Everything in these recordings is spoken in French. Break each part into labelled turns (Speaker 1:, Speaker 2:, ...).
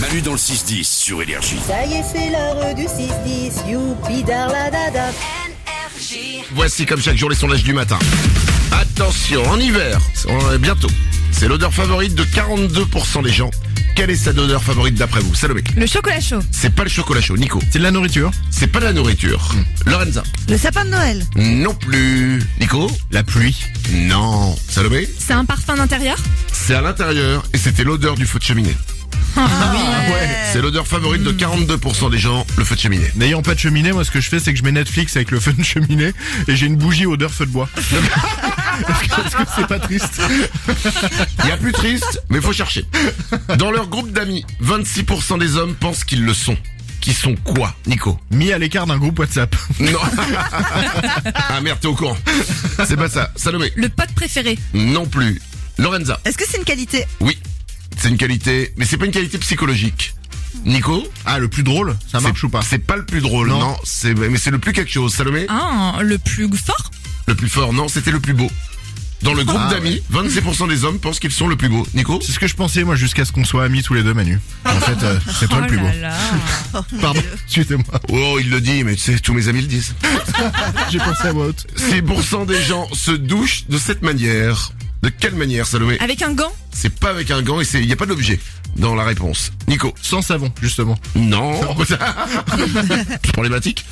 Speaker 1: Manu dans le 6-10 sur Énergie.
Speaker 2: Ça y est, c'est l'heure du 6-10. Youpi, dar la dada.
Speaker 3: Voici comme chaque jour les sondages du matin. Attention, en hiver, on est bientôt, c'est l'odeur favorite de 42% des gens. Quelle est cette odeur favorite d'après vous Salomé
Speaker 4: Le chocolat chaud.
Speaker 3: C'est pas le chocolat chaud, Nico.
Speaker 5: C'est de la nourriture. Hmm.
Speaker 3: C'est pas de la nourriture. Lorenza
Speaker 4: Le sapin de Noël.
Speaker 3: Non plus. Nico
Speaker 5: La pluie.
Speaker 3: Non. Salomé
Speaker 4: C'est un parfum d'intérieur
Speaker 3: C'est à l'intérieur et c'était l'odeur du feu de cheminée.
Speaker 4: Ah,
Speaker 3: C'est l'odeur favorite de 42% des gens, le feu de cheminée.
Speaker 5: N'ayant pas de cheminée, moi ce que je fais c'est que je mets Netflix avec le feu de cheminée et j'ai une bougie odeur feu de bois. Est-ce que c'est pas triste
Speaker 3: Il y a plus triste, mais faut chercher. Dans leur groupe d'amis, 26% des hommes pensent qu'ils le sont. Qui sont quoi, Nico
Speaker 5: Mis à l'écart d'un groupe WhatsApp.
Speaker 3: Non. ah merde, t'es au courant. C'est pas ça. Salomé.
Speaker 4: Le pote préféré.
Speaker 3: Non plus. Lorenza.
Speaker 4: Est-ce que c'est une qualité
Speaker 3: Oui. C'est une qualité, mais c'est pas une qualité psychologique. Nico,
Speaker 5: Ah, le plus drôle, ça marche
Speaker 3: c'est-
Speaker 5: ou pas
Speaker 3: C'est pas le plus drôle, non.
Speaker 5: Non.
Speaker 3: c'est mais c'est le plus quelque chose. Salomé,
Speaker 4: Ah, le plus fort
Speaker 3: le plus fort. Non, c'était le plus beau. Dans le groupe
Speaker 5: Ah,
Speaker 3: d'amis, 26% des hommes pensent qu'ils sont le plus beau. Nico,
Speaker 5: C'est ce que je pensais moi jusqu'à ce qu'on soit amis tous les deux Manu. En fait, euh, c'est
Speaker 4: Oh
Speaker 5: toi le plus beau. Pardon, excusez-moi,
Speaker 3: oh, il le dit, mais tu sais, tous mes amis le disent.
Speaker 5: j'ai pensé à voix haute.
Speaker 3: 6% des gens se douchent de cette manière. De quelle manière, Salomé
Speaker 4: Avec un gant
Speaker 3: C'est pas avec un gant et il n'y a pas d'objet dans la réponse. Nico
Speaker 5: Sans savon, justement.
Speaker 3: Non. Problématique.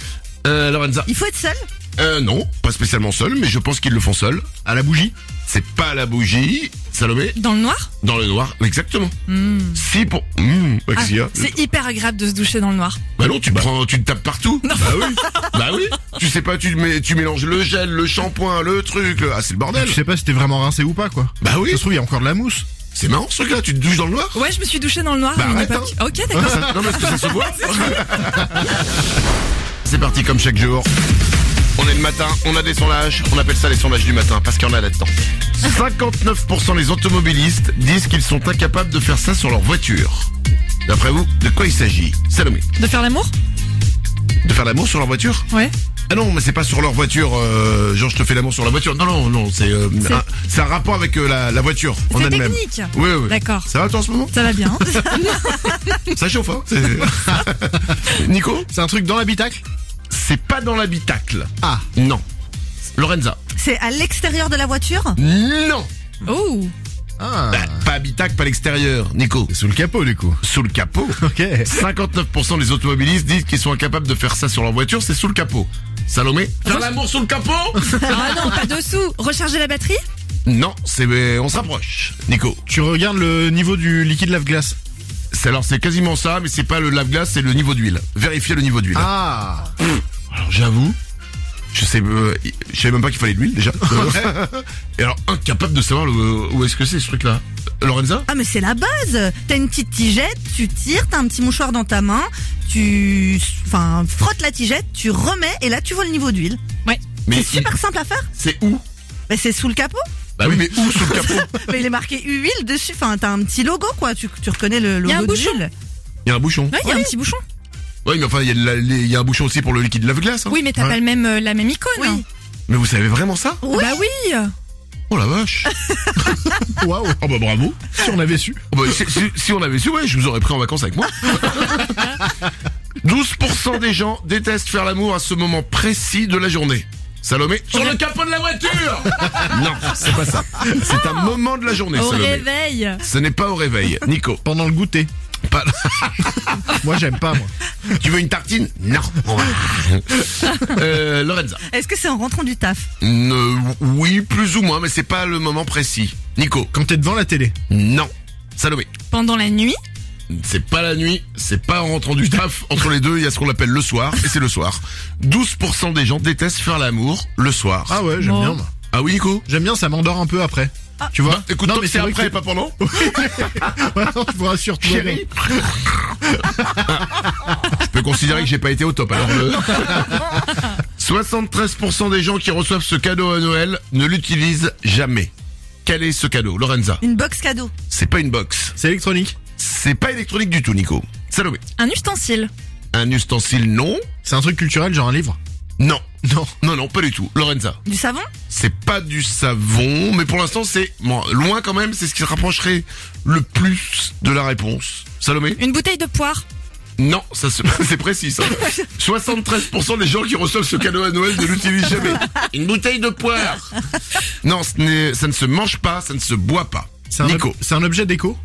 Speaker 3: Euh, Lorenza
Speaker 4: Il faut être seul
Speaker 3: euh, Non, pas spécialement seul, mais je pense qu'ils le font seul.
Speaker 5: À la bougie
Speaker 3: C'est pas à la bougie. Salomé,
Speaker 4: Dans le noir
Speaker 3: dans le noir, exactement. Si pour... Mmh, Maxia.
Speaker 4: Ah, C'est hyper agréable de se doucher dans le noir.
Speaker 3: Bah non, tu prends, tu te tapes partout. Bah oui. Bah oui. Tu sais pas, tu, mets, tu mélanges le gel, le shampoing, le truc. le- Ah, c'est le bordel.
Speaker 5: Je sais pas si t'es vraiment rincé ou pas quoi.
Speaker 3: Bah oui.
Speaker 5: Ça se trouve, il y a encore de la mousse.
Speaker 3: C'est marrant ce truc-là, tu te douches dans le noir.
Speaker 4: Ouais, je me suis douchée dans le noir.
Speaker 3: Bah,
Speaker 4: à une
Speaker 3: arrête,
Speaker 4: époque. Ok, d'accord.
Speaker 3: Ça- non, mais est-ce que ça se voit C'est parti comme chaque jour. On est le matin, on a des sondages, on appelle ça les sondages du matin parce qu'il y en a là-dedans. 59% des automobilistes disent qu'ils sont incapables de faire ça sur leur voiture. D'après vous, de quoi il s'agit Salomé.
Speaker 4: De faire l'amour
Speaker 3: De faire l'amour sur leur voiture
Speaker 4: Ouais.
Speaker 3: Ah non, mais c'est pas sur leur voiture, euh, genre je te fais l'amour sur la voiture. Non, non, non, c'est euh,
Speaker 4: C'est-
Speaker 3: un, c'est un rapport avec euh, la, la voiture en
Speaker 4: C'est
Speaker 3: elle-même.
Speaker 4: technique.
Speaker 3: Oui, oui.
Speaker 4: D'accord.
Speaker 3: Ça va toi en ce moment
Speaker 4: Ça va bien.
Speaker 3: Ça chauffe, hein C'est- Nico
Speaker 5: C'est un truc dans l'habitacle
Speaker 3: C'est pas dans l'habitacle.
Speaker 5: Ah.
Speaker 3: Non. Lorenza.
Speaker 6: C'est à l'extérieur de la voiture
Speaker 3: Non.
Speaker 4: oh
Speaker 5: Ah.
Speaker 3: Bah, pas habitacle, pas l'extérieur. Nico.
Speaker 5: C'est sous le capot du coup.
Speaker 3: Sous le capot.
Speaker 5: Ok.
Speaker 3: 59% des automobilistes disent qu'ils sont incapables de faire ça sur leur voiture, c'est sous le capot. Salomé Faire l'amour sous le capot
Speaker 4: Ah non, pas dessous. Recharger la batterie
Speaker 3: Non, c'est mais on se rapproche. Nico.
Speaker 5: Tu regardes le niveau du liquide lave-glace.
Speaker 3: C'est alors c'est quasiment ça, mais c'est pas le lave-glace, c'est le niveau d'huile. Vérifiez le niveau d'huile.
Speaker 5: Ah
Speaker 3: Alors j'avoue, je sais, euh, je savais même pas qu'il fallait de l'huile déjà. Et alors incapable de savoir le- où est-ce que c'est ce truc-là. Lorenza
Speaker 6: Ah mais c'est la base T'as une petite tigette, tu tires, t'as un petit mouchoir dans ta main, tu enfin, frottes la tigette, tu remets et là tu vois le niveau d'huile.
Speaker 4: Ouais.
Speaker 3: Mais
Speaker 6: C'est super simple à faire.
Speaker 3: c'est où
Speaker 6: Mais c'est sous le capot.
Speaker 3: Bah oui, mais où sous le capot
Speaker 6: mais il est marqué huile dessus. Enfin, t'as un petit logo quoi. Tu, tu reconnais le
Speaker 4: Il y a un
Speaker 6: logo
Speaker 4: bouchon.
Speaker 6: d'huile.
Speaker 3: Il y a un bouchon.
Speaker 4: Ouais, il y a un petit bouchon.
Speaker 3: Oui, mais enfin, il y, a de la- les- il y a un bouchon aussi pour le liquide lave-glace. hein.
Speaker 4: Oui, mais t'as pas le même, euh, la même icône.
Speaker 6: Oui.
Speaker 4: hein.
Speaker 3: Mais vous savez vraiment ça
Speaker 6: Oui.
Speaker 4: Bah oui.
Speaker 3: Oh la vache
Speaker 5: Waouh
Speaker 3: Oh bah bravo
Speaker 5: Si on avait su.
Speaker 3: Oh bah, si, si- si on avait su, ouais, je vous aurais pris en vacances avec moi. 12% des gens détestent faire l'amour à ce moment précis de la journée. Salomé Sur le capot de la voiture Non, c'est pas ça. C'est un moment de la journée,
Speaker 4: Au
Speaker 3: Salomé.
Speaker 4: réveil.
Speaker 3: Ce n'est pas au réveil. Nico,
Speaker 5: Pendant le goûter.
Speaker 3: pas...
Speaker 5: Moi j'aime pas moi.
Speaker 3: tu veux une tartine Non. Euh, Lorenza.
Speaker 6: Est-ce que c'est en rentrant du taf
Speaker 3: Euh, oui, plus ou moins, mais c'est pas le moment précis. Nico.
Speaker 5: Quand t'es devant la télé.
Speaker 3: Non. Salomé.
Speaker 4: Pendant la nuit.
Speaker 3: C'est pas la nuit, c'est pas en rentrant du taf. Entre les deux, il y a ce qu'on appelle le soir, et c'est le soir. 12% des gens détestent faire l'amour le soir.
Speaker 5: Ah ouais, j'aime
Speaker 4: Bon.
Speaker 5: bien moi.
Speaker 3: Ah oui, Nico
Speaker 5: J'aime bien, ça m'endort un peu après. Tu vois
Speaker 3: Bah, Écoute,
Speaker 5: Non
Speaker 3: toi,
Speaker 5: mais
Speaker 3: c'est
Speaker 5: c'est vrai
Speaker 3: après,
Speaker 5: que
Speaker 3: pas pendant
Speaker 5: t'es- Ouais, non, je vous rassure tout va bien.
Speaker 3: Chérie Je peux considérer que j'ai pas été au top, alors euh, 73% des gens qui reçoivent ce cadeau à Noël ne l'utilisent jamais. Quel est ce cadeau, Lorenza
Speaker 6: Une box cadeau.
Speaker 3: C'est pas une box.
Speaker 5: C'est électronique.
Speaker 3: C'est pas électronique du tout, Nico. Salomé.
Speaker 4: Un ustensile.
Speaker 3: Un ustensile, non.
Speaker 5: C'est un truc culturel, genre un livre.
Speaker 3: Non, non, non, non, pas du tout. Lorenza,
Speaker 6: Du savon
Speaker 3: c'est pas du savon, mais pour l'instant c'est bon, loin quand même, c'est ce qui se rapprocherait le plus de la réponse. Salomé
Speaker 4: Une bouteille de poire.
Speaker 3: Non, ça se... c'est précis. ça. 73% des gens qui reçoivent ce cadeau à Noël ne l'utilisent jamais. Une bouteille de poire. Non, ce n'est- ça ne se mange pas, ça ne se boit pas.
Speaker 5: C'est un,
Speaker 3: Nico.
Speaker 5: ob- c'est un objet déco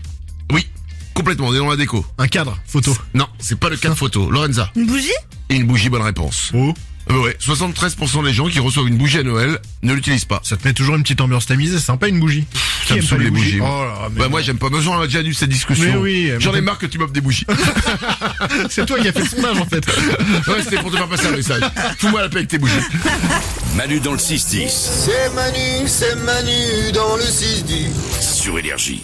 Speaker 3: Oui, complètement. On est dans la déco.
Speaker 5: Un cadre photo
Speaker 3: Non, c'est pas le cas de photo. Lorenza.
Speaker 6: Une bougie
Speaker 3: Et une bougie, bonne réponse.
Speaker 5: Oh,
Speaker 3: Euh, ouais, 73% des gens qui reçoivent une bougie à Noël ne l'utilisent pas.
Speaker 5: ça te met toujours une petite ambiance tamisée, c'est sympa une bougie. Qui
Speaker 3: me
Speaker 5: aime pas
Speaker 3: saoule les bougies, moi.
Speaker 5: Oh là, mais
Speaker 3: Bah moi j'aime pas besoin, on a déjà eu cette discussion.
Speaker 5: Mais oui, mais
Speaker 3: J'en ai
Speaker 5: t'aimes-
Speaker 3: marre que tu m'offres des bougies.
Speaker 5: c'est toi qui as fait le sondage en fait.
Speaker 3: ouais, c'était pour te faire passer un message. Fous-moi la paix avec tes bougies.
Speaker 1: Manu dans le 6-10
Speaker 7: C'est Manu, c'est Manu dans le 6-10.
Speaker 1: sur Énergie.